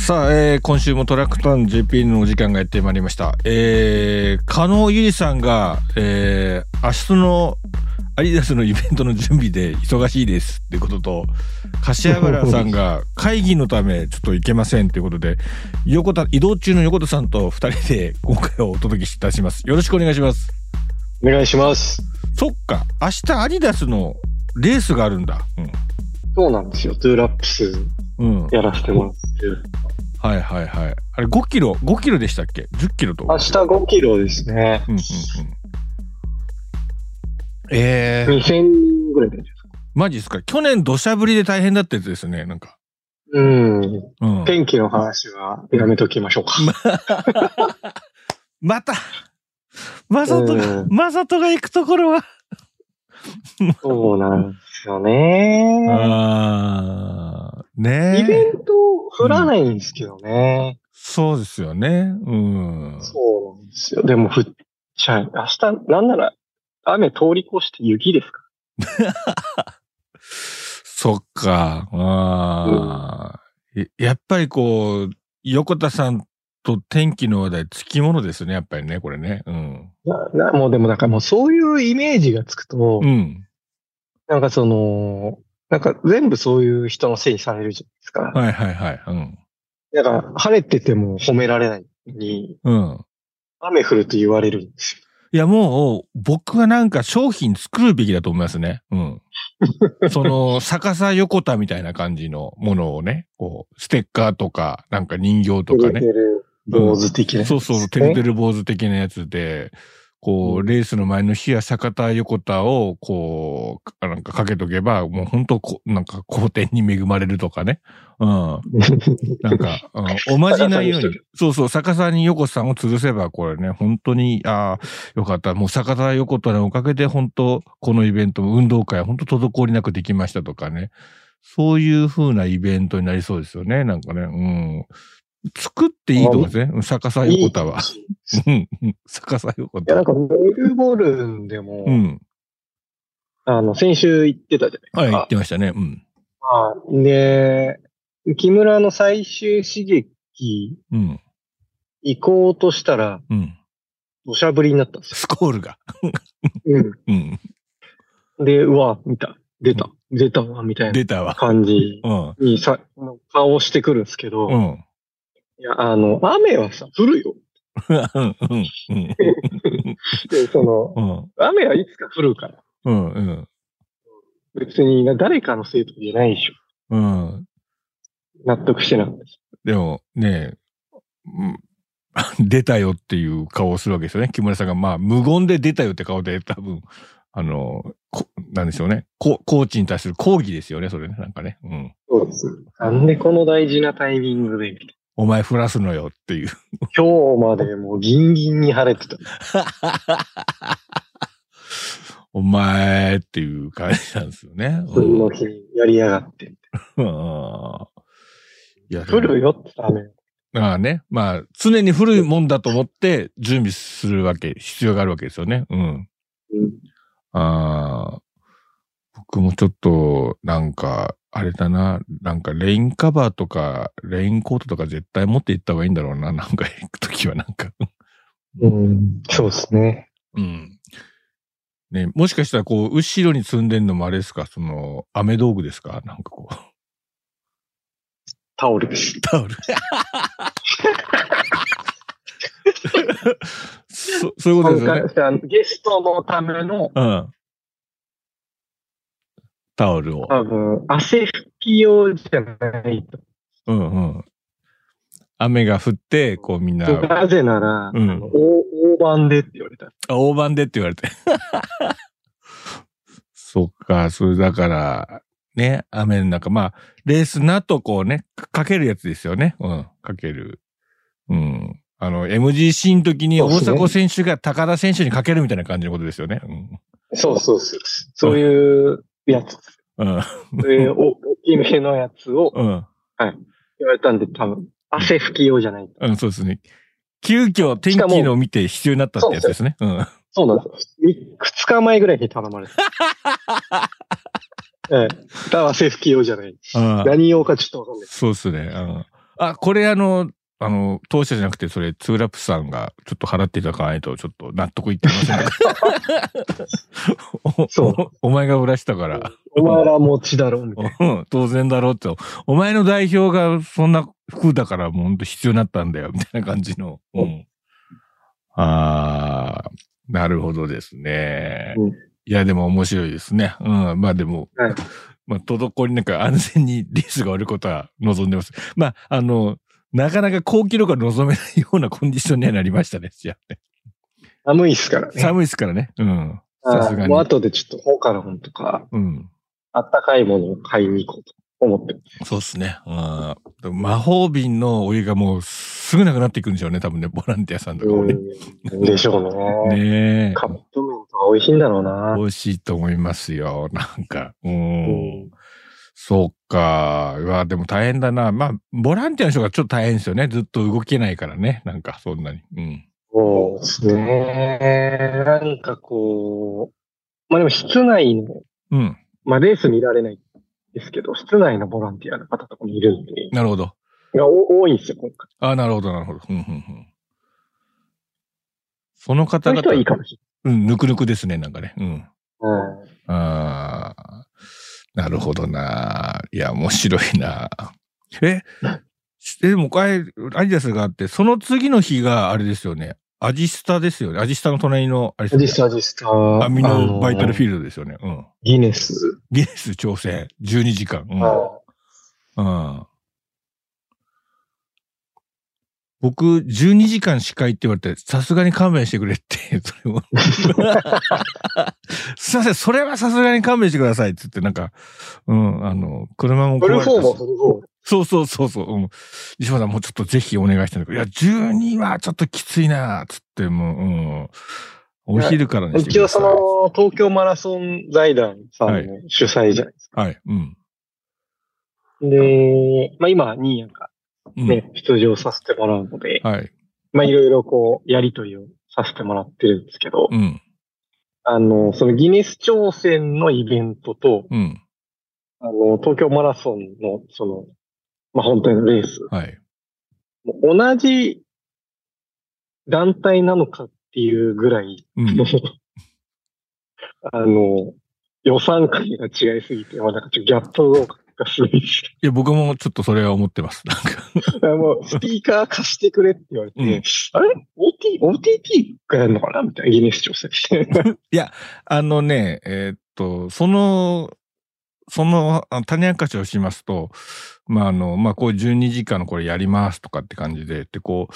さあ、えー、今週もトラックタウン JP のお時間がやってまいりました。えー、加納ゆりさんが、えー、明日のアリダスのイベントの準備で忙しいですってことと、柏原さんが会議のためちょっと行けませんってことで、横田、移動中の横田さんと二人で今回をお届けいたします。よろしくお願いします。お願いします。そっか、明日アリダスのレースがあるんだ。そうなんですよ。トゥーラップスうん。うん。やらせてもらってる。はいはいはい。あれ5キロ、5キロでしたっけ ?10 キロと。明日5キロですね。うんうんうん。えー、 2000人ぐらいで。マジっすか去年土砂降りで大変だったやつですよね、なんか。うん。うん。天気の話はやめときましょうか。またマサトが、うんマサトが行くところは。そうなんですよね。あーイねベえ。ント降らないんですけどね。そうですよね。うん。そうなんですよ。でも降っちゃう。明日、なんなら雨通り越して雪ですかそっか。あーややっぱりこう、横田さんと天気の話題、つきものですね、やっぱりね、これね。うん。ななもうでもなんかもうそういうイメージがつくと、うん。なんかその、なんか全部そういう人のせいにされるじゃないですか。はいはいはい。うん。だから、晴れてても褒められないのに、うん。雨降ると言われるんですいや、もう、僕はなんか商品作るべきだと思いますね。うん。その、逆さ横田みたいな感じのものをね、こう、ステッカーとか、なんか人形とよ。かてね。る坊主的な、そうそう、てるてる坊主的なやつで、こうう、レースの前の日は逆田横田を、こう、かなんかかけとけば、もう本当こ、なんか、好天に恵まれるとかね。うん。なんか、 うんおまじないよう逆さにしとに。そうそう、逆さに横さんを吊るせば、これね、本当に、ああ、よかった。もう逆さ横田のおかげで、本当このイベントも運動会、本当滞りなくできましたとかね。そういう風なイベントになりそうですよね。なんかね、うん。作っていいと思うんですね。うん逆さ横田は。いうんうん逆さ横や、なん田。か、メルボルンでも、うん。あの、先週行ってたじゃなはいい、です言ってましたね。うん。か。はい、で、木村の最終刺激うん。行こうとしたら、うん。土砂降りになったんですよ。スコールが。うん。で、うわ、見た、出た、出たわ、みたいな出たわ。感じうん。にさ、顔してくるんですけど、ういん。や、あの、雨はさ、降るよ。うん。うん。うんで、その、うん。雨はいつか降るから。うん。うん。別にな誰かのせいとかじゃないでしょ。うん。納得してなかったです。でもね、うん、 出たよっていう顔をするわけですよね。木村さんが、まあ、無言で出たよって顔で、多分、あの、こなんでしょうね。こコーチに対する抗議ですよね、それね。なんかね。うん。そうです。なんでこの大事なタイミングで、お前降らすのよっていう。 今日までもうギンギンに晴れてた。お前っていう感じなんですよね。う次ん。の日やりやがって。うんいや、でも降るよって雨。まあね。まあ、常に降るもんだと思って準備するわけ、必要があるわけですよね。うん。うんああ、僕もちょっと、なんか、あれだな、なんかレインカバーとか、レインコートとか絶対持って行った方がいいんだろうな、なんか行くときはなんか。うん、そうですね。うん。ね、もしかしたらこう、後ろに積んでんのもあれですか、その、雨道具ですかなんかこう、タオルです。タオル。そ、そういうことですよね今。回あのゲストのための、うん。タオルを。多分、汗拭き用じゃないと。うんうん。雨が降って、こうみんな、なぜなら、うんあの大大判でって言われた。あ大盤でって言われて。そっか、それだから、ね、雨の中、まあ、レースなとこうね、かかけるやつですよね。うん、かける。うん。あの、MGC の時にそうで大すね迫選手が高田選手にかけるみたいな感じのことですよね。そうそうそう。そういうやつ。うん。うん。そういうお大きめのやつをうん。言われたんで、多分、汗拭き用じゃない。うん、そうですね。急遽天気のを見て必要になったってやつですね。うん。そうなんですよ。2日前ぐらいに頼まれた。 ええ。だから汗拭き用じゃない。うん何用かちょっとわかんない。そうですね。うんあ、これあの、あの、当社じゃなくて、それ、ツーラップさんがちょっと払っていただかないと、ちょっと納得いってませんとか おそうお。お前が売らしたから、お前ら持ちだろ、みたいな。うん当然だろうって、お前の代表がそんな服だから、もう本当必要になったんだよ、みたいな感じの。うん。ああ、なるほどですね。うんいや、でも面白いですね。うん。まあでも、はいまあ、滞りなく安全にレースが終わることは望んでます。まあ、あの、なかなか高記録が望めないようなコンディションにはなりましたね。じゃあね寒いっすからね。寒いですからね。うん。あさすがーもうに。後でちょっと本から本とか、うん。あったかいものを買いに行こうと思ってる。そうですね。うん。魔法瓶のお湯がもうすぐなくなっていくんでしょうね。多分ね、ボランティアさんとかもね。うんでしょうね。ねえ。カップ麺とか美味しいんだろうな美。味しいと思いますよ。なんか。う。うんそうか。うわ、でも大変だな。まあ、ボランティアの人がちょっと大変ですよね。ずっと動けないからね。なんか、そんなに。うん。そうですね。なんかこう、まあでも室内の、うん。まあレース見られないですけど、室内のボランティアの方とかもいるんで、なるほど。がお多いんですよ、今回。あなるほど、なるほど。うん、うん、うん。そのそ方うい々う人はいいかもしうん、ぬくぬくですね、なんかね。うん。れない。うんああ、なるほどな。いや、面白いな。え、えでも、あれ、アディダスがあって、その次の日があれですよね。アジスタですよね。アジスタの隣の、あれアジでスすよねタ、アジスタ。アミノバイタルフィィールドですよね。うん。ギネス。ギネス挑戦、12時間。うんはうん僕、12時間司会って言われて、さすがに勘弁してくれって、 それも。すいません、それはさすがに勘弁してくださいって言って、なんか、うん、あの、車もいフ壊れルたしフォーもフルフォー。そうそうそうそう、うん。西村さんもうちょっとぜひお願いしたいんだけど、いや、12はちょっときついな、つって、もう、うん。お昼からにして一く応ださそい。の、東京マラソン財団さんの主催じゃないですか。はい、うん。で、まあ今、ニーヤンがうん。ね、出場させてもらうので、はい。まあいろいろこう、やりとりをさせてもらってるんですけど、うん。あの、そのギネス挑戦のイベントと、うん。あの、東京マラソンの、その、まあ本当にレース、はい。もう同じ団体なのかっていうぐらい、うん。 あの、予算感が違いすぎて、まあなんかちょっとギャップがすごいです。 いや、僕もちょっとそれは思ってます。なんか、あもう、スピーカー貸してくれって言われて、うんあれ ?OT、OTT がやるのかなみたいな、ギネス調査して。あのね、えーっと、その、その、あ種明かしをしますと、まあ、あの、まあ、こう12時間のこれやりますとかって感じで、で、こう、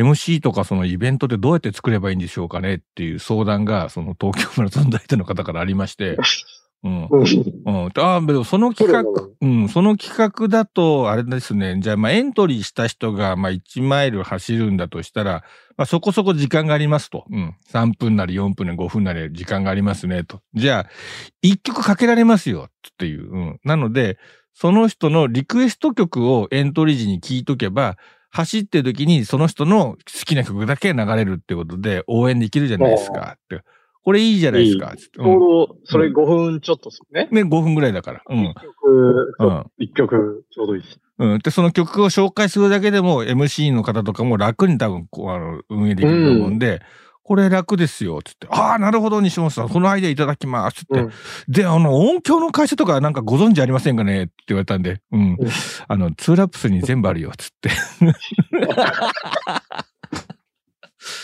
MC とかそのイベントでどうやって作ればいいんでしょうかねっていう相談が、その東京マラソン大手の方からありまして、うん。うんうん。ああ、でもその企画、そうん、その企画だと、あれですね、じゃあ、まあ、エントリーした人が、まあ、1マイル走るんだとしたら、まあ、そこそこ時間がありますと。うん。3分なり4分なり5分なり時間がありますね、と。じゃあ、1曲かけられますよ、っていう。うん。なので、その人のリクエスト曲をエントリー時に聞いとけば、走ってる時にその人の好きな曲だけ流れるってことで応援できるじゃないですか。ってこれいいじゃないですか。つってちょうんうど、それ5分ちょっとですね。ね、5分ぐらいだから。うん一。曲、うん。一曲ちょうどいいです。うん。で、その曲を紹介するだけでも MC の方とかも楽に多分こう、あの、運営できると思うんで、これ楽ですよ、つって。ああ、なるほど、西本さん、そのアイデアいただきます、つって。うんで、あの、音響の会社とかなんかご存知ありませんかねって言われたんで、うん。あの、ツーラップスに全部あるよ、つって。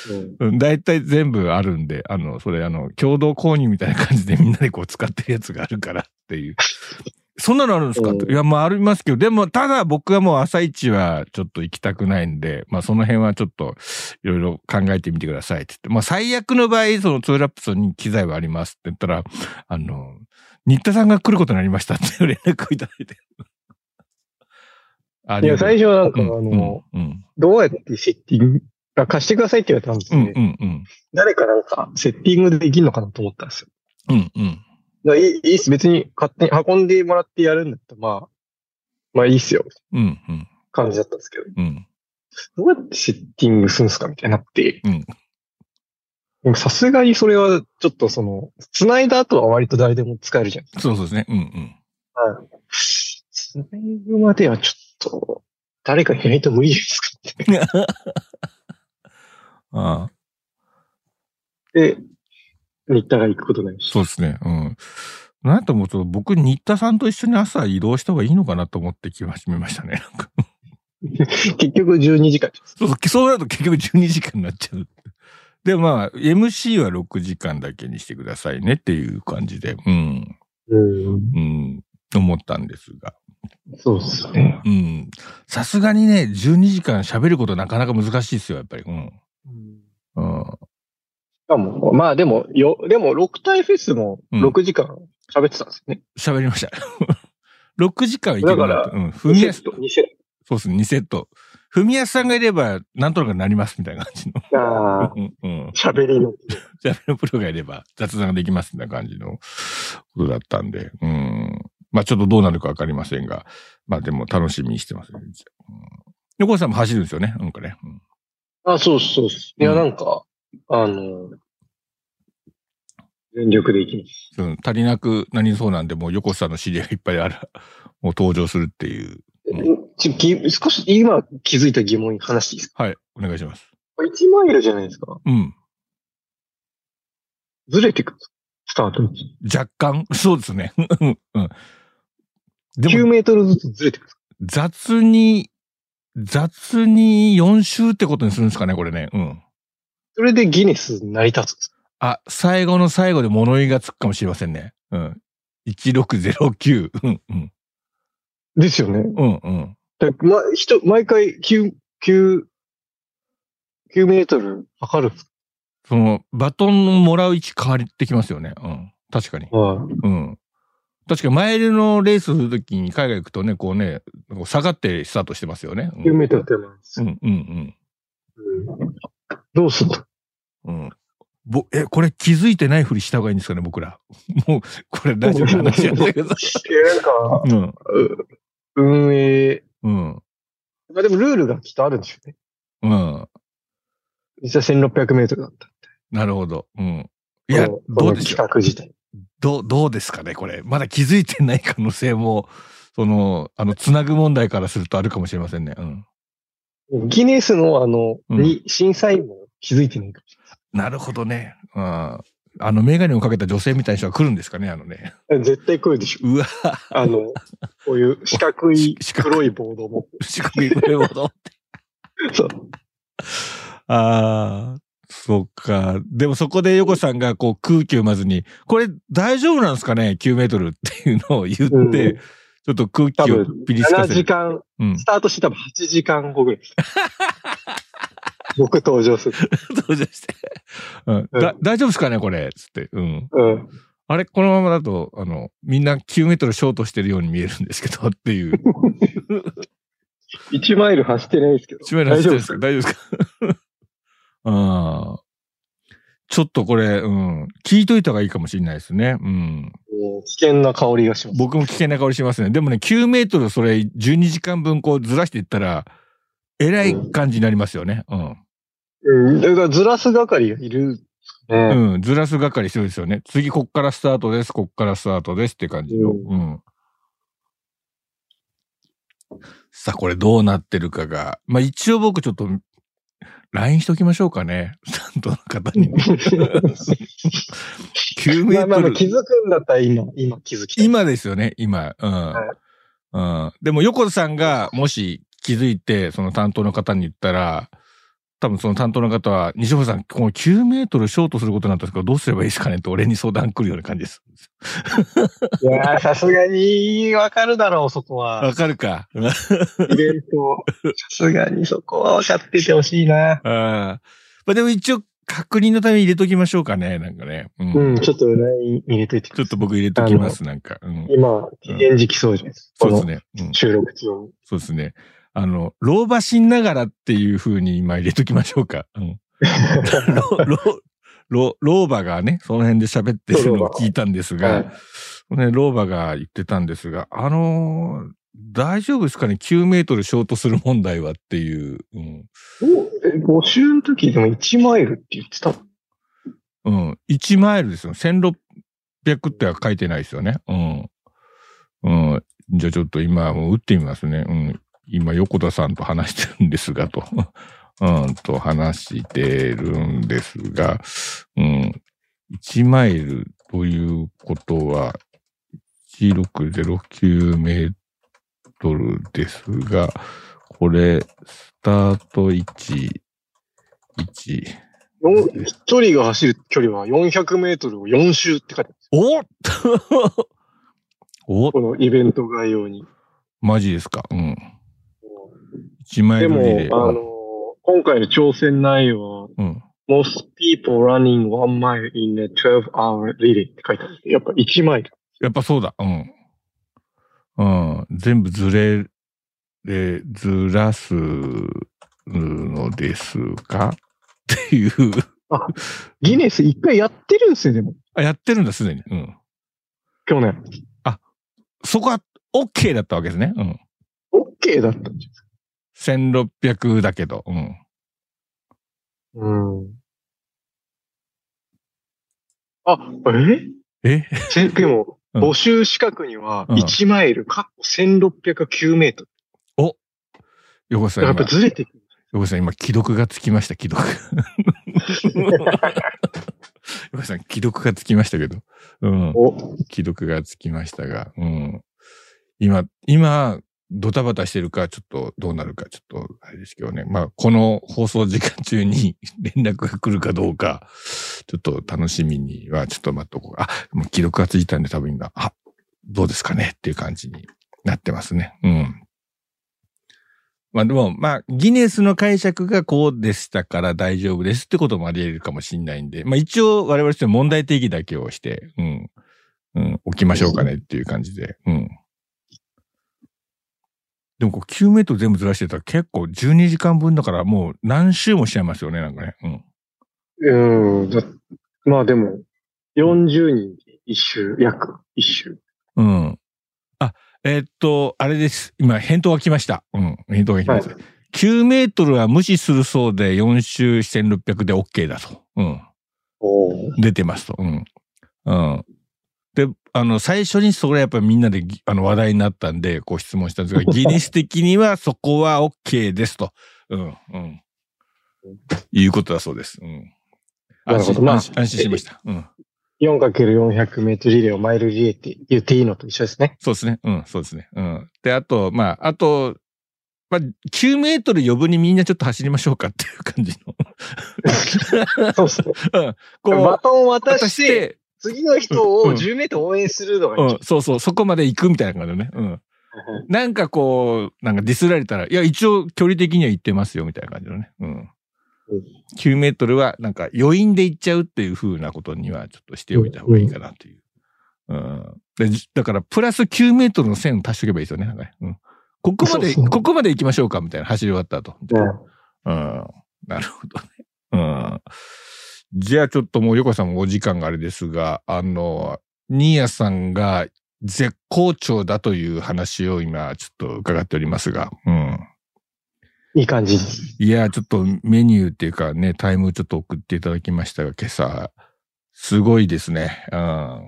うんうん、大体全部あるんで、あの、それ、あの、共同購入みたいな感じでみんなでこう使ってるやつがあるからって いう。そんなのあるんですかうんいや、まあありますけど、でも、ただ僕はもう朝一はちょっと行きたくないんで、まあその辺はちょっといろいろ考えてみてくださいって言って、まあ最悪の場合、そのツーラップスに機材はありますって言ったら、あの、新田さんが来ることになりましたっていう連絡をいただいて。あいや、最初初はなんか、あの、、うん、うん、どうやってセッティング、あ貸してくださいって言われたんですうよんね、。うん、うん、誰かなんか、セッティングできるのかなと思ったんですよ。うん、うん。だからいいいいっす。別に勝手に運んでもらってやるんだったら、まあ、まあいいっすよ。うん、うん、感じだったんですけど。うん。どうやってセッティングするんですかみたいになって。うんでもさすがにそれは、ちょっとその、繋いだ後は割と誰でも使えるじゃないでそうそうですね。うんすか。はい。繋ぐまではちょっと、誰かいないと無理ですかって。ああ、で、新田が行くことになりましたそうですね。うん。なんともうちょっと僕、新田さんと一緒に朝移動した方がいいのかなと思ってき始めましたね。なんか結局12時間です。そうそう、そうなると結局12時間になっちゃう。で、まあ、MC は6時間だけにしてくださいねっていう感じで、うん、うん。うん、思ったんですが。そうですね。うん。さすがにね、12時間喋ることなかなか難しいですよ、やっぱり。うん。うんうん。しかも、まあでも、よ、でも6体フェスもうん6時間喋ってたんですよね。喋りました。6時間はいけるなだとかうん。踏みやす、セット、2セそうですね、2セット。踏みやすさんがいれば、なんとなくなりますみたいな感じの。ット。ああ、うんうん。喋りの。ジャベのプロがいれば雑談ができますみたいな感じのことだったんで、うん。まあちょっとどうなるかわかりませんが、まあでも楽しみにしてますね。うん横井さんも走るんですよね、なんかね。うんあ、そうですそうです。いや、うんなんか、あの、全力で行きます。うん、足りなくなりそうなんで、もう横井さんの知り合いがいっぱいある、 もう登場するっていう。うちょぎ少し、今気づいた疑問に話していいですかはい、お願いします。 ?1 マイルじゃないですか。うん。ずれてくるんですかスタートに。若干、そうですね。 うんうんで9も、メートルずつずれてくるんですか雑に、雑に4周ってことにするんですかね、これね。うん。それでギネスに成り立つんですかあ、最後の最後で物言いがつくかもしれませんね。うん。1609。うん、うん。ですよね。うん、うん。だま、人、毎回9、9、9メートル測るんですその、バトンのもらう位置変わってきますよね。うん。確かに。かはい。うん。確かに、マイルのレースするときに海外行くとね、こうね、こう下がってスタートしてますよね。う9ん、メートルってまうす。ん、うん、うんどうす んのうん。うん。ぼ、え、これ気づいてないふりした方がいいんですかね、僕ら。もう、これラジオの話やったけど。 いや、なんか、うん、う運営、うん、まあでもルールがきっとあるんでしょうね。うん。実際1600メートルだった。なるほど。うん。いや、このどうでしょうこの企画自体。どう、どうですかね、これ。まだ気づいてない可能性も、 その、あの、つなぐ問題からするとあるかもしれませんね。うん。ギネスのあの、うんに審査員も気づいてないかもしなるほどね。うん。あの、メガネをかけた女性みたいな人が来るんですかね、あのね。れない。絶対来るでし ょ。うわ、あの、こういう四角いし四角い黒いボードも。四角い上ほど。そう。 ああ、そっか。でもそこで横さんがこう空気読まずに、これ大丈夫なんですかね ?9 メートルっていうのを言って、うんちょっと空多気を分、ピリつか7せる時。間、うんス。タートして多分8時間後ぐらいです。僕登場する。登場して。うん。だう大丈夫ですかねこれ。つって。うん。うん。あれ、このままだと、あの、みんな9メートルショートしてるように見えるんですけど、っていう。 1マイル走ってないですけど。一枚の話で大丈すか夫で大丈夫ですか ああ。ちょっとこれ、うん。聞いといた方がいいかもしれないですね。うん。もう危険な香りがします。僕も危険な香りしますね。でもね、9メートルそれ12時間分こうずらしていったら、えらい感じになりますよね。うん。うん。だからずらす係がいるんですかね。うん。ずらす係してるんですよね。次、こっからスタートです。こっからスタートですって感じの。うんうん。さあ、これどうなってるかが。まあ、一応僕ちょっと、LINE しときましょうかね。 担当の方 に。9メまあまあーまトあル。気づくんだったら今、今気づきたい。今ですよね、今。うん。うん。でも、横田さんがもし気づいて、その担当の方に言ったら、多分その担当の方は、西本さん、この9メートルショートすることになったんですけど、どうすればいいですかねって俺に相談来るような感じです。いやーさすがにわかるだろう、そこは。わかるか。イベント。さすがにそこはおっしゃっててほしいな。ああ。まあでも一応確認のために入れときましょうかね、なんかね。うん。うん、ちょっと LINE 入れといてくちょだっさとい。僕入れときます、なんか。うん。今、期限時期そうじゃないですそか。うこでのすね。うん。収録中に。そうですね。あの、老婆しながらっていう風に今入れときましょうか。 うん。老、老、老、老婆がね、その辺で喋ってるのを聞いたんですが、はいね、老婆が言ってたんですが、あのー大丈夫ですかね ?9 メートルショートする問題はっていう。うん。おえ募集の時でも1マイルって言ってた。うん。1マイルですよ。1600っては書いてないですよね。うん。うん。じゃあちょっと今、もう打ってみますね。うん。今、横田さんと話してるんですが、と。 うん、と話してるんですが、うん。1マイルということは、1609メートルですが、これ、スタート1、1。よん一人が走る距離は400メートルを4周って書いてある。お おこのイベント概要に。マジですか。うん。1マイでルリもレ、あー。の、今回の挑戦内容は、うん。 Most people running one mile in a 12 hour relay って書いてある。やっぱ1マイル。やっぱそうだ。うん。うん。全部ずれ、で、ずらすのですか っていう。ギネス一回やってるんですよ、でも。あ、やってるんだ、すでに。うん。去年。そこは OK だったわけですね。うん。 OK だったんじゃないですか。 1600だけど。うん。うん。あ、ええ せでも、うん募集資格にはうん1マイル、かっこ1609メートル。横田さん、やっぱ今、ずれてくる。横田さん、今、既読がつきました、既読。横田さん、既読がつきましたけど。うん。お既読がつきましたが、うん。今、今、ドタバタしてるか、ちょっとどうなるか、ちょっとあれですけどね。まあ、この放送時間中に連絡が来るかどうか、ちょっと楽しみには、ちょっと待っとこう。あ、もう既読がついたんで多分今、あ、どうですかねっていう感じになってますね。うん。まあでも、まあ、ギネスの解釈がこうでしたから大丈夫ですってこともあり得るかもしれないんで、まあ一応我々として問題定義だけをして、うん、うん、置きましょうかねっていう感じで、うん。でもこう9メートル全部ずらしてたら結構12時間分だからもう何周もしちゃいますよね、なんかね。うん。うん。だまあでも、40人で一周、約一周。うん。あ、えーっと、あれです。今、返答が来ました。うん、返答が来ました。は9メートルは無視するそうで、4周1600で OK だと。うん。おー出てますと。うん。うん。で、あの、最初にそれやっぱりみんなでぎあの話題になったんで、こう質問した んですが、ギネス的にはそこは OK ですと。うん、うん。いうことだそうです。うん。なる安ほど心まあ安心安心しました。うん。 4×400 メートルリレーをマイルリレーって言っていいのと一緒です ね。そうですね。うん、そうですね。うん。で、あと、まあ、あと、まあ、9メートル余分にみんなちょっと走りましょうかっていう感じの。そうですね。バこトンう、を渡して、、次の人うんをうん10メートル応援するのがいいんうじゃん、そうそう、そこまで行くみたいな感じだね。うん。ないはいなんかこう、なんかディスられたら、いや、一応距離的には行ってますよ、みたいな感じのね。うんうん。 9メートルは、なんか余韻で行っちゃうっていう風なことには、ちょっとしておいた方がいいかなという。うん。でじだから、プラス9メートルの線を足しとけばいいですよね、なんかね。うん。ここまで、そうそうここまで行きましょうか、みたいな。走り終わった後。みたいなううんん。なるほどね。うん。じゃあちょっともう横井さんもお時間があれですが、あの、新谷さんが絶好調だという話を今ちょっと伺っておりますが、うん。いい感じです。いや、ちょっとメニューっていうかね、タイムちょっと送っていただきましたが、今朝、すごいですね。うん。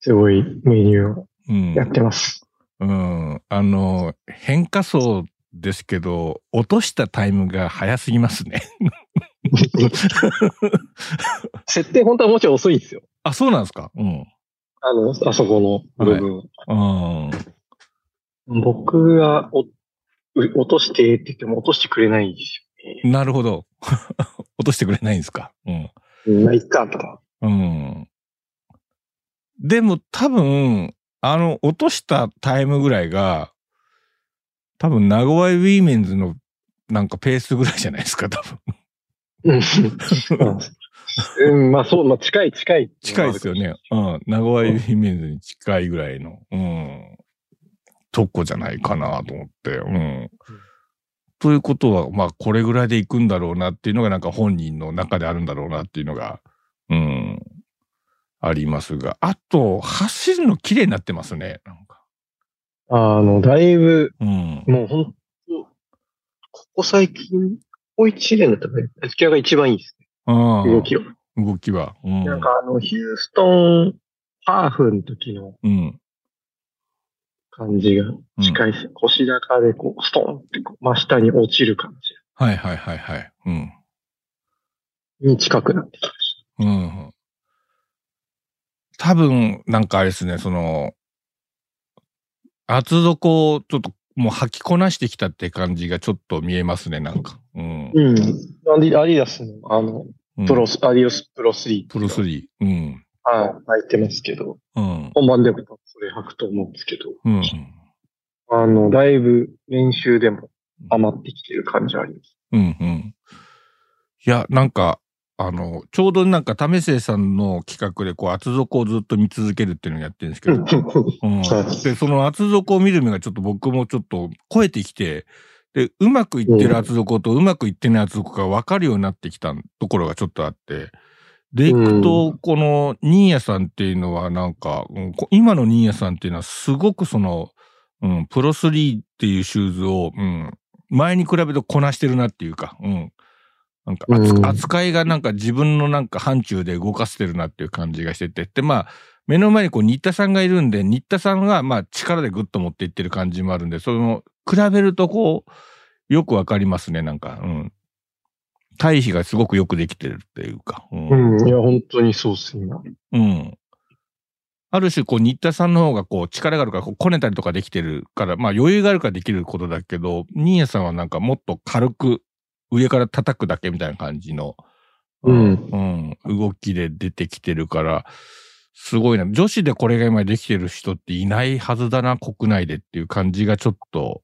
すごいメニューをうんやって ます。うん。あの、変化層ですけど、落としたタイムが早すぎますね。設定本当はもうちろん遅いんですよ。あ、そうなんですかうん。あの、あそこの部分は。うん。僕がおう落としてって言っても落としてくれないんですなるほど。 落としてくれないんですか。うん。よ。うんまあいっかとか。うん。でも多分、あの、落としたタイムぐらいが、多分、名古屋ウィーメンズのなんかペースぐらいじゃないですか、多分。うんうん、まあそう、まあ近い近い。近いですよね。うん。名古屋ウィーメンズに近いぐらいの、うん。とこじゃないかなと思って、うん。ということは、まあ、これぐらいで行くんだろうなっていうのが、なんか本人の中であるんだろうなっていうのが、うん。ありますが。あと、走るの綺麗になってますね。なんか。あの、だいぶ、うん。もう本当ここ最近、ここ一年だったね。スキアが一番いいですね。あ動きを。動きは。うなんん。かあの、ヒューストンハーフの時のうん。感じが近いです。腰高でこう、ストンってこう真下に落ちる感はいはいはいはい。うん。じに近くなってきましうん。多分、なんかあれですね、その、厚底をちょっともう履きこなしてきたって感じがちょっと見えますね、なんか。うん。た。うん。アディアディダスの、あの、うんプロス、アディオスプロ3。プロ3。 3。うん。はい、入ってますけど、うん。本番でも多分それ履くと思うんですけど、うん。あの、だいぶ練習でも余ってきてる感じはあります。うんうん。いや、なんか、あの、ちょうどなんか、為末さんの企画で、こう、厚底をずっと見続けるっていうのをやってるんですけど、うん、はいで、その厚底を見る目がちょっと僕もちょっと超えてきて、で、うまくいってる厚底とうまくいってない厚底が分かるようになってきたところがちょっとあって、で、いくと、この、ニーヤさんっていうのはなんか、うんこ今のニーヤさんっていうのはすごくその、うん、プロ3っていうシューズを、うん、前に比べてこなしてるなっていうか、うん。なんか、扱うん扱いがなんか自分のなんか範疇で動かせてるなっていう感じがしてて、で、まあ、目の前にこう、新田さんがいるんで、新田さんが、まあ、力でグッと持っていってる感じもあるんで、その、比べるとこう、よくわかりますね、なんか、うん。対比がすごくよくできてるっていうか、うん。うん、いや、本当にそうっす、今。うん。ある種、こう、新田さんの方が、こう、力があるから、こう、こねたりとかできてるから、まあ、余裕があるからできることだけど、新谷さんはなんか、もっと軽く、上から叩くだけみたいな感じの、うんうん動きで出てきてるから、すごいな。女子でこれが今できてる人っていないはずだな、国内でっていう感じがちょっと、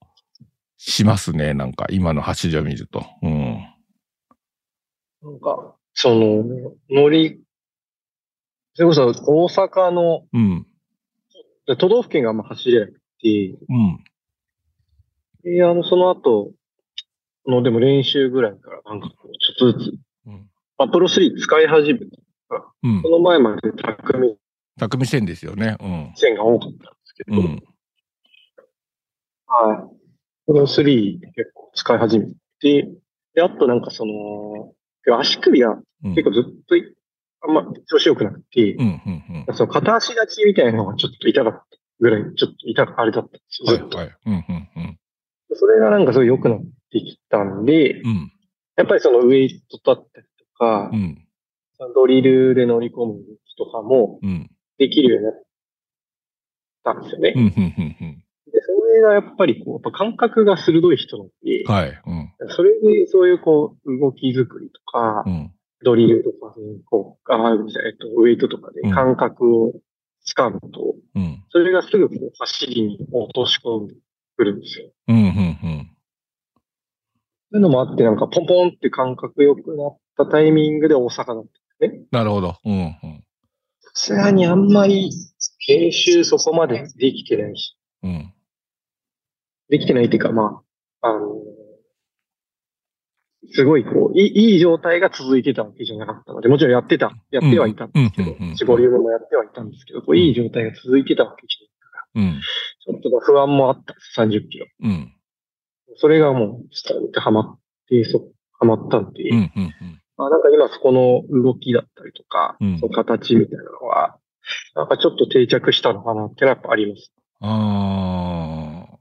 しますね、なんか、今の走りを見ると。うん。なんか、その、乗り、それこそ大阪の、うん。都道府県があんま走れなくて、うん。で、あの、その後、の、でも練習ぐらいから、なんかこう、ちょっとずつ、うんまあ、プロ3使い始めた。うんそ。の前まで匠匠戦ですよね。うん。戦が多かったんですけうど、ん。はい。プロ3結構使い始めて、で、あとなんかその、足首がうん結構ずっと、あんま調子良くなくて、うん、うん、うん。その片足立ちみたいなのがちょっと痛かったぐらい、ちょっと痛か、あれだったんですよ。はいずっとはい。うんうんうん。それがなんかすごい良くなってきたんで、うんやっぱりそのウェイトだったりとかう、んドリルで乗り込む動きとかもうんできるようになったんですよね。うんうんうんで、それがやっぱりこう、やっぱ感覚が鋭い人なんでうん。、はい。うんそれでそういうこう、動き作りとか、うんドリルとか、こう、あ、ごめんなさいえっと、ウェイトとかでうん感覚を掴むと、うんそれがすぐこう走りに落とし込んでくるんですよ。うんうんうんそういうのもあって、なんかポンポンって感覚良くなったタイミングで大阪だった。なるほど。うんうんさすがにあんまり研修そこまでできてないし、うんできてないっていうか、まあ、あの、すごいこう、いいいい状態が続いてたわけじゃなかったので、もちろんやってた、やってはいたんですけうどんうんうんうん、絞りュームもやってはいたんですけど、こういい状態が続いてたわけじうんゃない。ちょっと不安もあったんです、30キロ。うんそれがもう、スターってハマって、そう、ハマったんで、うんうんうんまあ、なんか今そこの動きだったりとか、うんその形みたいなのは、なんかちょっと定着したのかなってのはやっぱあります。ああ。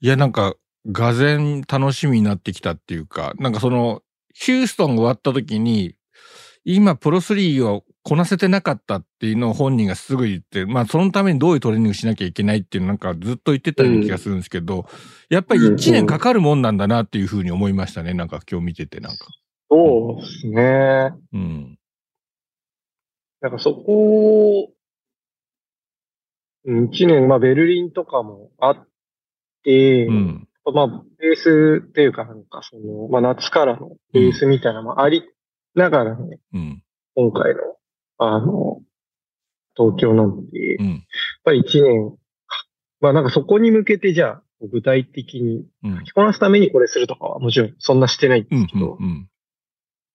いや、なんか、がぜん楽しみになってきたっていうか、なんかその、ヒューストン終わった時に、今、プロ3をこなせてなかったっていうのを本人がすぐ言って、まあ、そのためにどういうトレーニングしなきゃいけないっていうのなんかずっと言ってたような気がするんですけど、やっぱり1年かかるもんなんだなっていうふうに思いましたね。なんか今日見てて、なんか。そうですね。うん。なんかそこを、うん一年、まあベルリンとかもあって、うん。まあベースっていうかなんかその、まあ夏からのベースみたいなのもありながらね、うん。今回の、あの、東京なのうで、やっん。ぱり一年、まあなんかそこに向けてじゃあ、具体的にうん。着こなすためにこれするとかはもちろんそんなしてないんうですんけうど、ん。うん。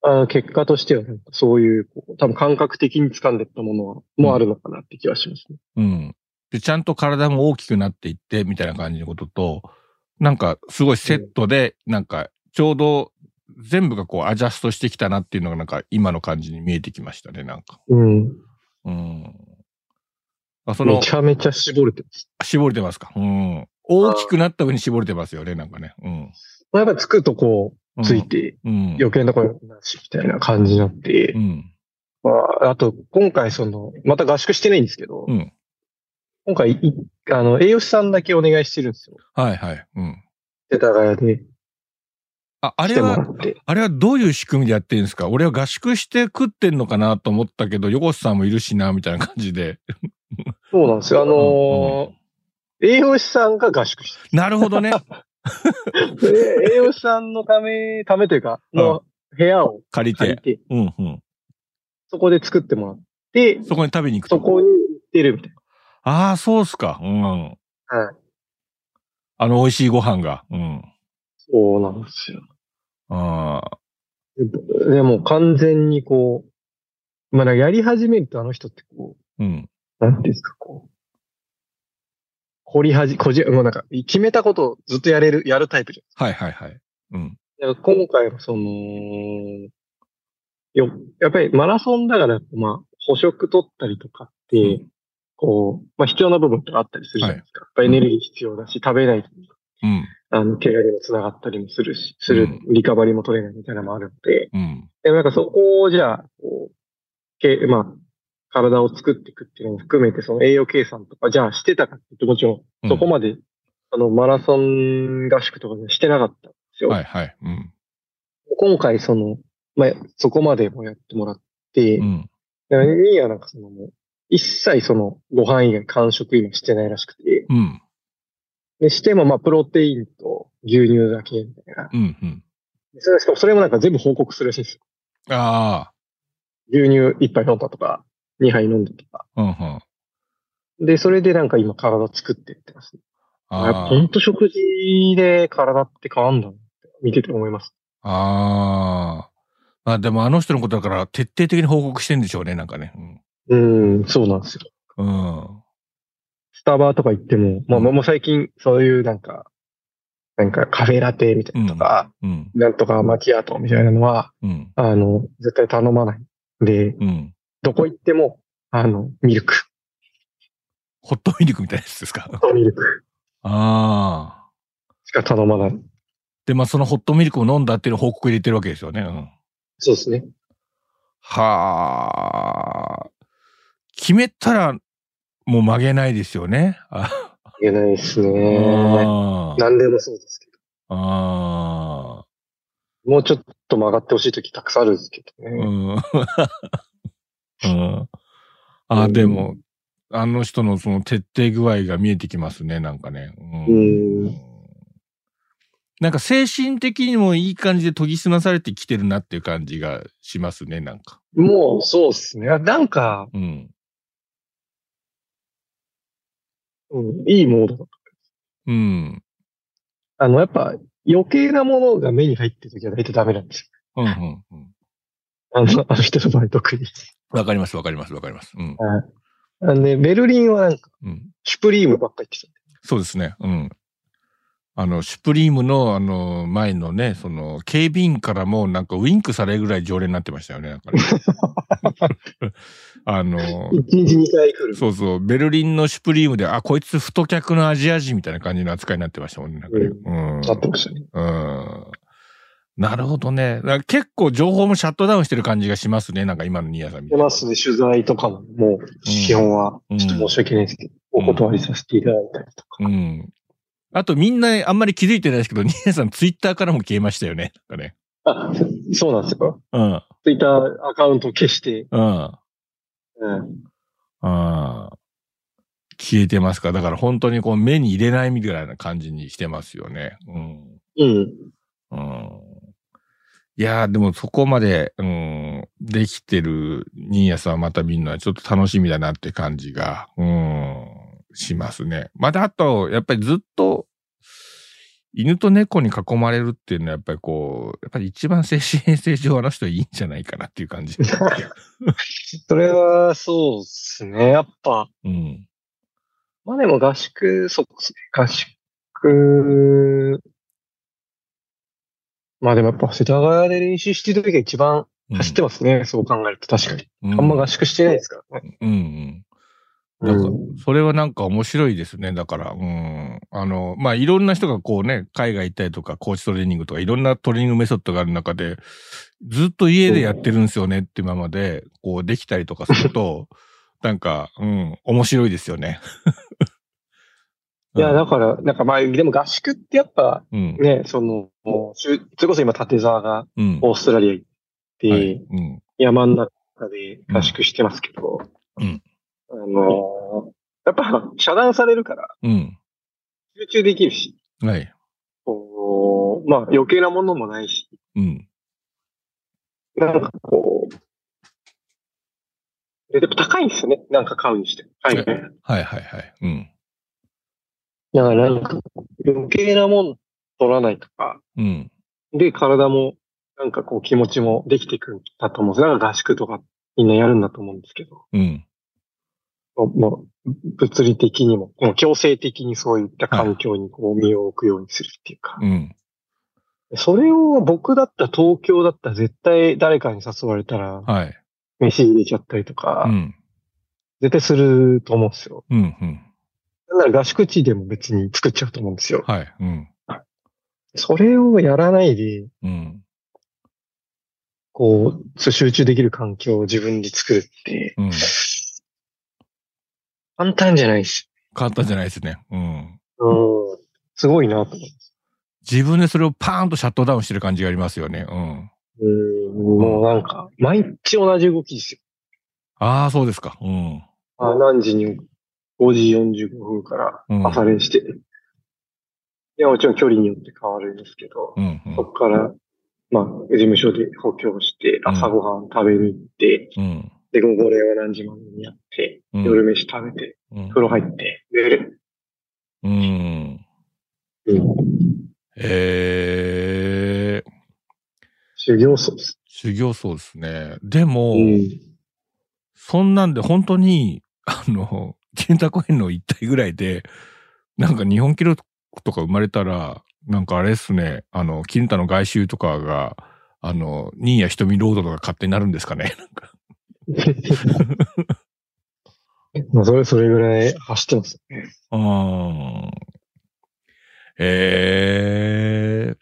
あの結果としてはなんかそういうこう、多分感覚的に掴んでったものはもうあるのかなって気はしますね。うん。で、ちゃんと体も大きくなっていって、みたいな感じのことと、なんか、すごいセットで、なんか、ちょうど、全部がこう、アジャストしてきたなっていうのが、なんか、今の感じに見えてきましたね、なんか。うん。うん。あそのめちゃめちゃ絞れてます。絞れてますか。うん。大きくなった上に絞れてますよね、なんかね。うんまあ、やっぱつくとこう。うんついて、うん。余計なところなしみたいな感じになってう、ん。まあ、あと、今回その、また合宿してないんですけど、うん今回、いあの、栄養士さんだけお願いしてるんですよ。はいはい。うん。世田谷であ、あ来れてもらは、って。あれはどういう仕組みでやってるんですか俺は合宿して食ってんのかなと思ったけど、横瀬さんもいるしな、みたいな感じで。そうなんですよ。あのー栄養士さんが合宿してなるほどね。る。 で栄養士さんのため、ためというか、うんの部屋を借り借りて。て、うんうん。そこで作ってもらって、そこに食べに行くそと。こに行ってるみたいああ、そうっすか。うん。な。はい。あの美味しいご飯が。うん。そうなんですよ。ああ。ででも完全にこう、まあ、やり始めるとあの人ってこうん。う、なんていうんですか、こう、凝りはじ、こじ、もうなんか、決めたことをずっとやれる、やるタイプじゃん。はいはいはい。うん。だから今回はその、よ、やっぱりマラソンだから、まあ、捕食取ったりとかって、うんこう、まあ必要な部分とかあったりするじゃないですか。いやっぱエネルギー必要だし、食べないと、うん。あの、怪我にも繋がったりもするし、する、リカバリーも取れないみたいなのもあるので、うん。でもなんかそこをじゃあ、こう、けまあ、体を作っていくっていうのも含めて、その栄養計算とか、じゃあしてたかって言ってもちろ、うんんそこまで、あの、マラソン合宿とかではしてなかったんですよ。はいはい。うん。今回その、まあ、そこまでもやってもらって、うん。だからニーはなんかそのもう、一切そのご飯以外完食今してないらしくて、うん。で、してもまあプロテインと牛乳だけみたいな。うん。うん。でそれしかもそれもなんか全部報告するらしいんですよ。あ牛乳1杯飲んだとか、2杯飲んだとか。あ。うんうん。で、それでなんか今体作ってってます、ね。やっぱあほんと食事で体って変わんだなって見てて思います。あ。ああ。まあでもあの人のことだから徹底的に報告してんでしょうね、なんかね。うんうん、そうなんですよ。うん。スタバとか行っても、まあ、もう最近、そういうなんか、なんかカフェラテみたいなとか、うん。なんとかマキアートみたいなのは、うん。あの、絶対頼まない。で、うん。どこ行っても、あの、ミルク、ホットミルクみたいなやつですか。 あミルクあ。しか頼まない。で、まあそのホットミルクを飲んだっていう報告入れてるわけですよね。うん、そうですね。はあ。決めたらもう曲げないですよね。あ言えないですあね。ー何でもそうですけあど。もうちょっと曲がってほしい時たくさんあるんですけどー。ね。うん。 うんあーでも、あの人のその徹底具合が見えてきますね、なんかね。ううんん。なんか精神的にもいい感じで研ぎ澄まされてきてるなっていう感じがしますね、なんか。もう、そうですね。なんか、うん。うん、いいモード。うん。あの、やっぱ、余計なものが目に入ってる時は大体ダメなんですうよん、うん、うん。あの、あの人の場合特に。わかります、わかります、わかります。うん。なんで、ベルリンはなんか、うん。シュプリームばっかり言ってそうですね。うん。あの、シュプリームの、あの、前のね、その、警備員からも、なんか、ウィンクされるぐらい常連になってましたよね、なんかね。 あのた。、一日二回来る。そうそう、ベルリンのシュプリームで、あ、こいつ太客のアジア人みたいな感じの扱いになってましたもんね、なんかね。うん。なってましたね。うん。なるほどね。だから結構情報もシャットダウンしてる感じがしますね、なんか今のニアさんみた出いな。ますね、取材とかも、もう、基本は、うんちょっと申し訳ないですけど、うんお断りさせていただいたりとか。うん。あとみんなあんまり気づいてないですけど、ニエさんツイッターからも消えましたよね。なんかね。あ、そうなんですよ。うん。ツイッターアカウントを消して、うん。うん。ああ。消えてますか。だから本当にこう目に入れないみたいな感じにしてますよね。うん。うん。うん。いやーでもそこまで、うん、できてるニーヤさんまた見るのはちょっと楽しみだなって感じが、うん、しますね。またあと、やっぱりずっと、犬と猫に囲まれるっていうのはやっぱりこう、やっぱり一番精神衛生上あの人いいんじゃないかなっていう感 じ。それは、そうですね。やっぱ、うん。まあでも合宿、そうですね。合宿、まあでもやっぱ世田谷で練習してる時が一番走ってますね。そう考えると確かに。うんあんま合宿してないですからね。うんうん。だからうんそれはなんか面白いですね。だから、うん。あの、まあ、いろんな人がこうね、海外行ったりとか、コーチトレーニングとか、いろんなトレーニングメソッドがある中で、ずっと家でやってるんですよねってままで、こうできたりとかすると、 なんか、うん、面白いですよね。いや、うんだから、なんかまあ、でも合宿ってやっぱうん。ね、その、しゅそれこそ今、縦沢がうん。オーストラリア行って、はいうん。山の中で合宿してますけど、うんあのーやっぱ遮断されるからうん。集中できるし、はい。こう、まあ余計なものもないし、うん。なんかこう、ででも高いんですよね、なんか買うにして。はい。だかはいはいはい。うん。らなんか余計なもの取らないとか、うん。で、体も、なんかこう気持ちもできてくるんだと思うんです。なんか合宿とかみんなやるんだと思うんですけど。うん。もう、物理的にも、もう強制的にそういった環境にこう身を置くようにするっていうか、うん。それを僕だったら東京だったら絶対誰かに誘われたら、はい。飯入れちゃったりとか、うん。絶対すると思うんですよ。うん。うん。なんなら合宿地でも別に作っちゃうと思うんですよ。はい。うん。それをやらないで、うん。こう、そう集中できる環境を自分で作るって、うん。簡単じゃないし。簡単じゃないですね。うん。うん。すごいなと思って。自分でそれをパーンとシャットダウンしてる感じがありますよね。うん。うん、もうなんか、毎日同じ動きですよああ、そうですか。うん。あ何時に5時45分からうん。朝練して、いや、もちろん距離によって変わるんですけど、うん。そこから、まあ、事務所で補強して、うん朝ごはん食べに行って、うん。で、午後礼は何時までにやって、うん。夜飯食べて、うん。風呂入って、寝る。うん。えー、修行僧です。修行僧ですね。でも、うんそんなんで本当に、あの、 金太公園の一体ぐらいで、なんか日本記録とか生まれたら、なんかあれですね、あの、金太の外周とかが、あの、新谷瞳ロードとか勝手になるんですかね。なんかまあ、それ、それぐらい走ってますよね。うーん。ええ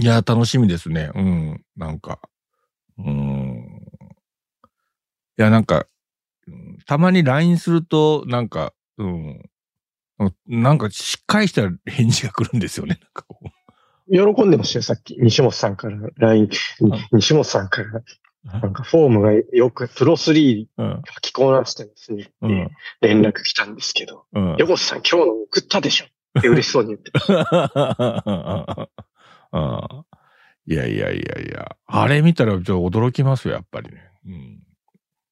いや、楽しみですね。うん。なんか。うん。いや、なんか、うんたまに LINE すると、なんか、うん。なんか、しっかりした返事が来るんですよね。なんかこ喜んでましたよ、さっき。西本さんから LINE、にあ西本さんから、なんかフォームがよく、プロ3う。うん。書きこなしてますねうってん。連絡来たんですけど、うん。横瀬さん今日の送ったでしょって嬉しそうに言ってまし うんいやいやいやいや。あれ見たらちょっと驚きますよ、やっぱりね。うん。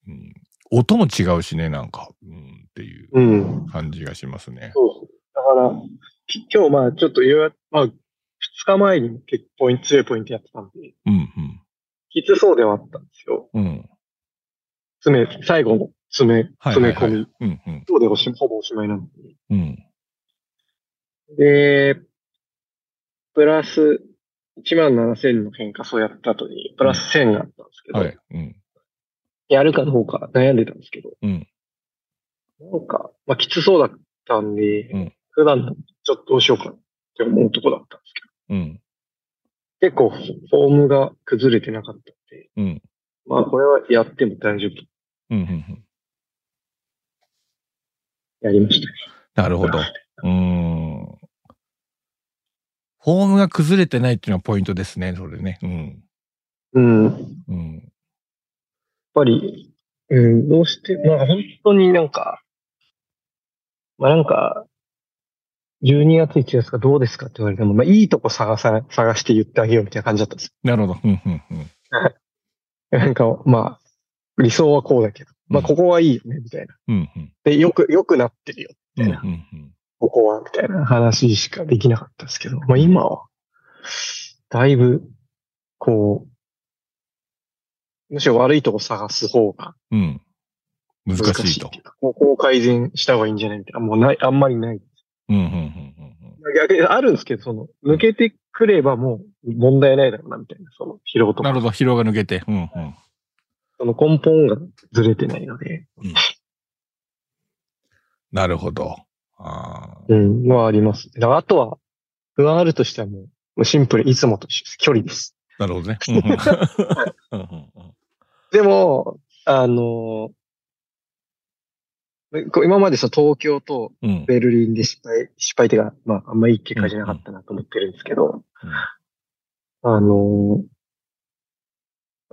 うん、音も違うしね、なんか。うん、って いうた。うん。感じがしますね。そう。だから、き今日まあちょっといろいろ、まあ、2日前にも結構ポイント、強いポイントやってたんで、うん、きつそうではあったんですよ。うん。うん。詰め、最後の詰め、はいは詰いめ込み。はいうん、うん。今日でおしほぼおしまいなんうん。で。で、プラス、1万7000の変化そうやった後に、プラス1000があったんですけど、はい。うん。やるかどうか悩んでたんですけど、うんなんか、まあ、きつそうだったんで、うん普段ちょっとどうしようかなって思うとこだったんですうん。けど、結構フォームが崩れてなかったんで、うん。まあこれはやっても大丈夫。うん、うんうん。やりましたね。なるほど。うーん。フォームが崩れてないっていうのはポイントですね、それね。うん。うん。やっうん。ぱり、うん、どうして、まあ本当になんか、まあなんか、12月1月がどうですかって言われても、まあいいとこ探さ、探して言ってあげようみたいな感じだったんですよなるほど。うん、うん、うん。なんか、まあ、理想はこうだけど、まあ、うんここはいいよね、みたいな。うん、うん。で、よく、良くなってるよ、うみん、う、たいなんうん。ここは、みたいな話しかできなかったですけど、まあ、今は、だいぶ、こう、むしろ悪いとこ探す方がうん。難難しいしいとってい。うか。ここを改善した方がいいんじゃないみたいな。もうない、あんまりない。うん、うん、うん、うん。逆にあるんですけど、その、抜けてくればもう問題ないだろうな、みたいな。その、疲労となかる。ほど、疲労が抜けて。うん、うん。その根本がずれてないので、うんなるほど。あーうん、はあります。だからあとは、不安あるとしてはもう、もうシンプル、いつもと一緒です。距離です。なるほど ね。うんうんうんうんでも、あの、こう今までその東京とうん。うんベルリンで失敗、失敗っていうか、まあ、あんまいい結果じゃなかったなと思ってるんですけど、あの、やっ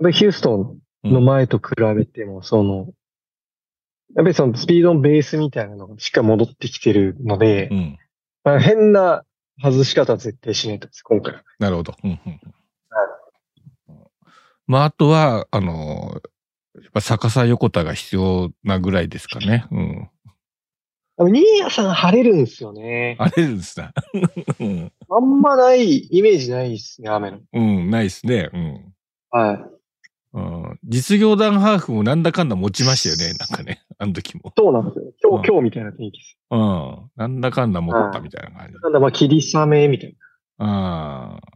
ぱりヒューストンの前と比べても、その、やっぱりそのスピードのベースみたいなのがしっかり戻ってきてるので、うん。まあ、変な外し方は絶対しないと思います、今回は。なるほど。うんうんうんまあ、あとは、あのー、やっぱ逆さ横田が必要なぐらいですかね。うん。でも新谷さん晴れるんですよね。あれですな。 うんあんまない、イメージないですね、雨の。うん、ないですね。うん。はい。うん実業団ハーフもなんだかんだ持ちましたよね、なんかね、あの時も。そうなんですよ。今日、う今日みたいな天気です。うん。なんだかんだ持ったみたいな感じ。なんだ、まあ、霧雨みたいああ。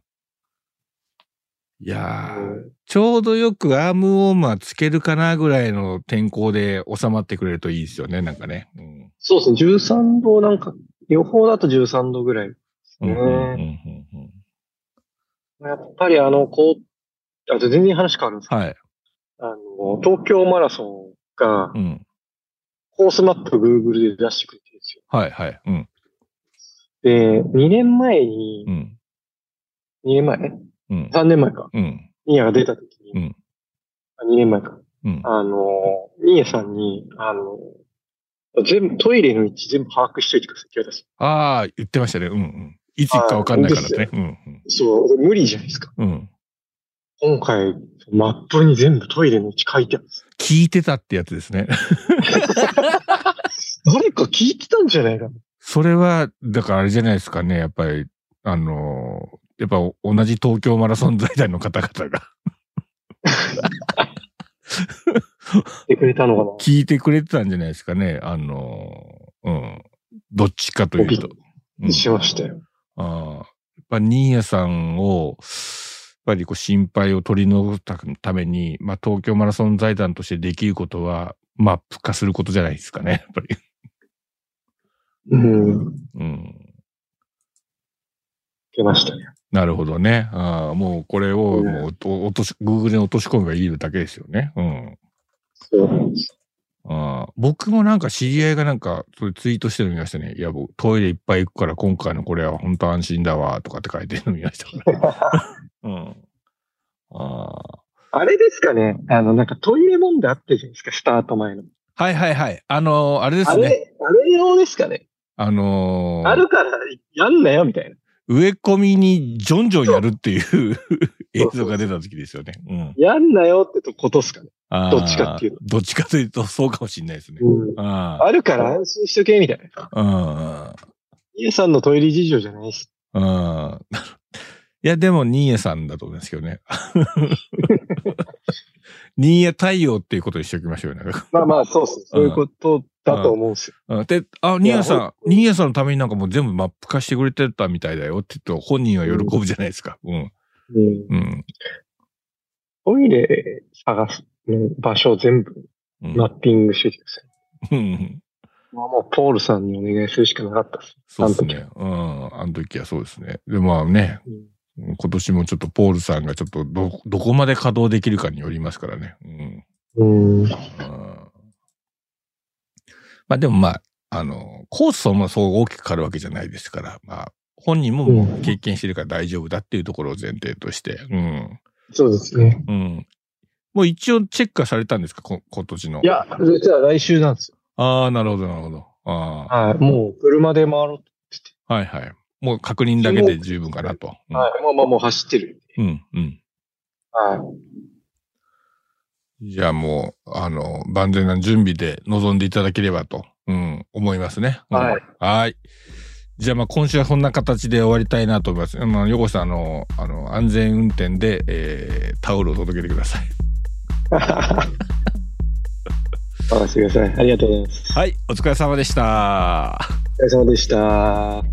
いやな。ー、ちょうどよくアームウォーマーつけるかなぐらいの天候で収まってくれるといいですよね、なんかね。うん。そうですね、13度なんか、予報だと13度ぐらい。うんねうんうんうんやっぱりあの、こう、あと全然話変わるんですけはい。ど、あの、東京マラソンがう、ん。コースマップ Google で出してくれてるんはいはい。うん。ですよ。で、2年前にう、ん。 2年前うん。 ?3 年前か。うん。ニーヤが出た時に、うんあ2年前か。うん。あの、ニーヤさんに、あの、全部、トイレの位置全部把握しといてくださいって言われたんですああ、言ってましたね。うんうん。いつ行くかわかんないからってね。うんよそう、無理じゃないですか。うん。うん。今回、マップに全部トイレの位置書いてあるんです。聞いてたってやつですね。 誰か聞いてたんじゃないかな。それは、だからあれじゃないですかね、やっぱり、あのーやっぱ同じ東京マラソン財団の方々がしてくれたのかな。聞いてくれてたんじゃないですかね、あのーうん。どっちかというと。うん、しましたよ。ああやっぱ新谷さんを、やっぱりこう心配を取り除くために、まあ東京マラソン財団としてできることは、マップ化することじゃないですかね、やっぱり。うん。うん。出ましたね。なるほどね。ああ、もうこれを、うんもうと、落とし、Google に落とし込めばいいだけですよね。うん。そうなんです。ああ僕もなんか知り合いがなんか、それツイートしてるの見ましたね。いや、僕トイレいっぱい行くから今回のこれは本当安心だわ、とかって書いてるの見ましたか ら。うん。ああ。あれですかね。あの、なんかトイレ問題あったじゃないですか、スタート前の。はいはいはい。あのーあれであすね。れ、あれ用ですかね。あのーあるからやんなよ、みたいな。植え込みにジョンジョンやるっていう映像が出た時ですよね。うん。やんなよってことっすかね。ああどっちかっていうと。どっちかというと、そうかもしれないですね。うん。ああるから安心しとけ、みたいな。あ。うん。家さんのトイレ事情じゃないし。うん。いや、でも、新谷さんだと思いますけどね。 新谷太陽っていうことにしておきましょうよね。まあまあ、そうそう。そういうことだと思うんですよ。うんで、あ、新谷いさやん、新谷さんのためになんかもう全部マップ化してくれてたみたいだよって言うと、本人は喜ぶじゃないですか。うん。うん。うん。トイレ探すの場所を全部うんマッピングしてください。うんまあもう、ポールさんにお願いするしかなかったです。そうですね。うん。あの時はそうですね。で、まあね、うん今年もちょっとポールさんがちょっとど、どこまで稼働できるかによりますからね。うん。うん。うんまあでもまあ、あの、コースそもそも大きく変わるわけじゃないですから、まあ、本人ももう経験してるから大丈夫だっていうところを前提として、うん。そうですね。うん。もう一応チェックはされたんですかこ今年の。い。や、実は来週なんですよ。ああ、なるほど、なるほど。あはい。もう、車で回ろうと。あ、はいはい。もう確認だけで十分かなと。うんはい。まあまあ、もう走ってる。うん、うん。はい。じゃあもう、あの、万全な準備で臨んでいただければと、うん、思いますね。うんはい。はい。じゃあ、まあ、今週はそんな形で終わりたいなと思います。まあ、横さん、あの、あの、安全運転で、えータオルを届けてください。 任せてください。ありがとうございます。はい、お疲れ様でした。お疲れ様でした。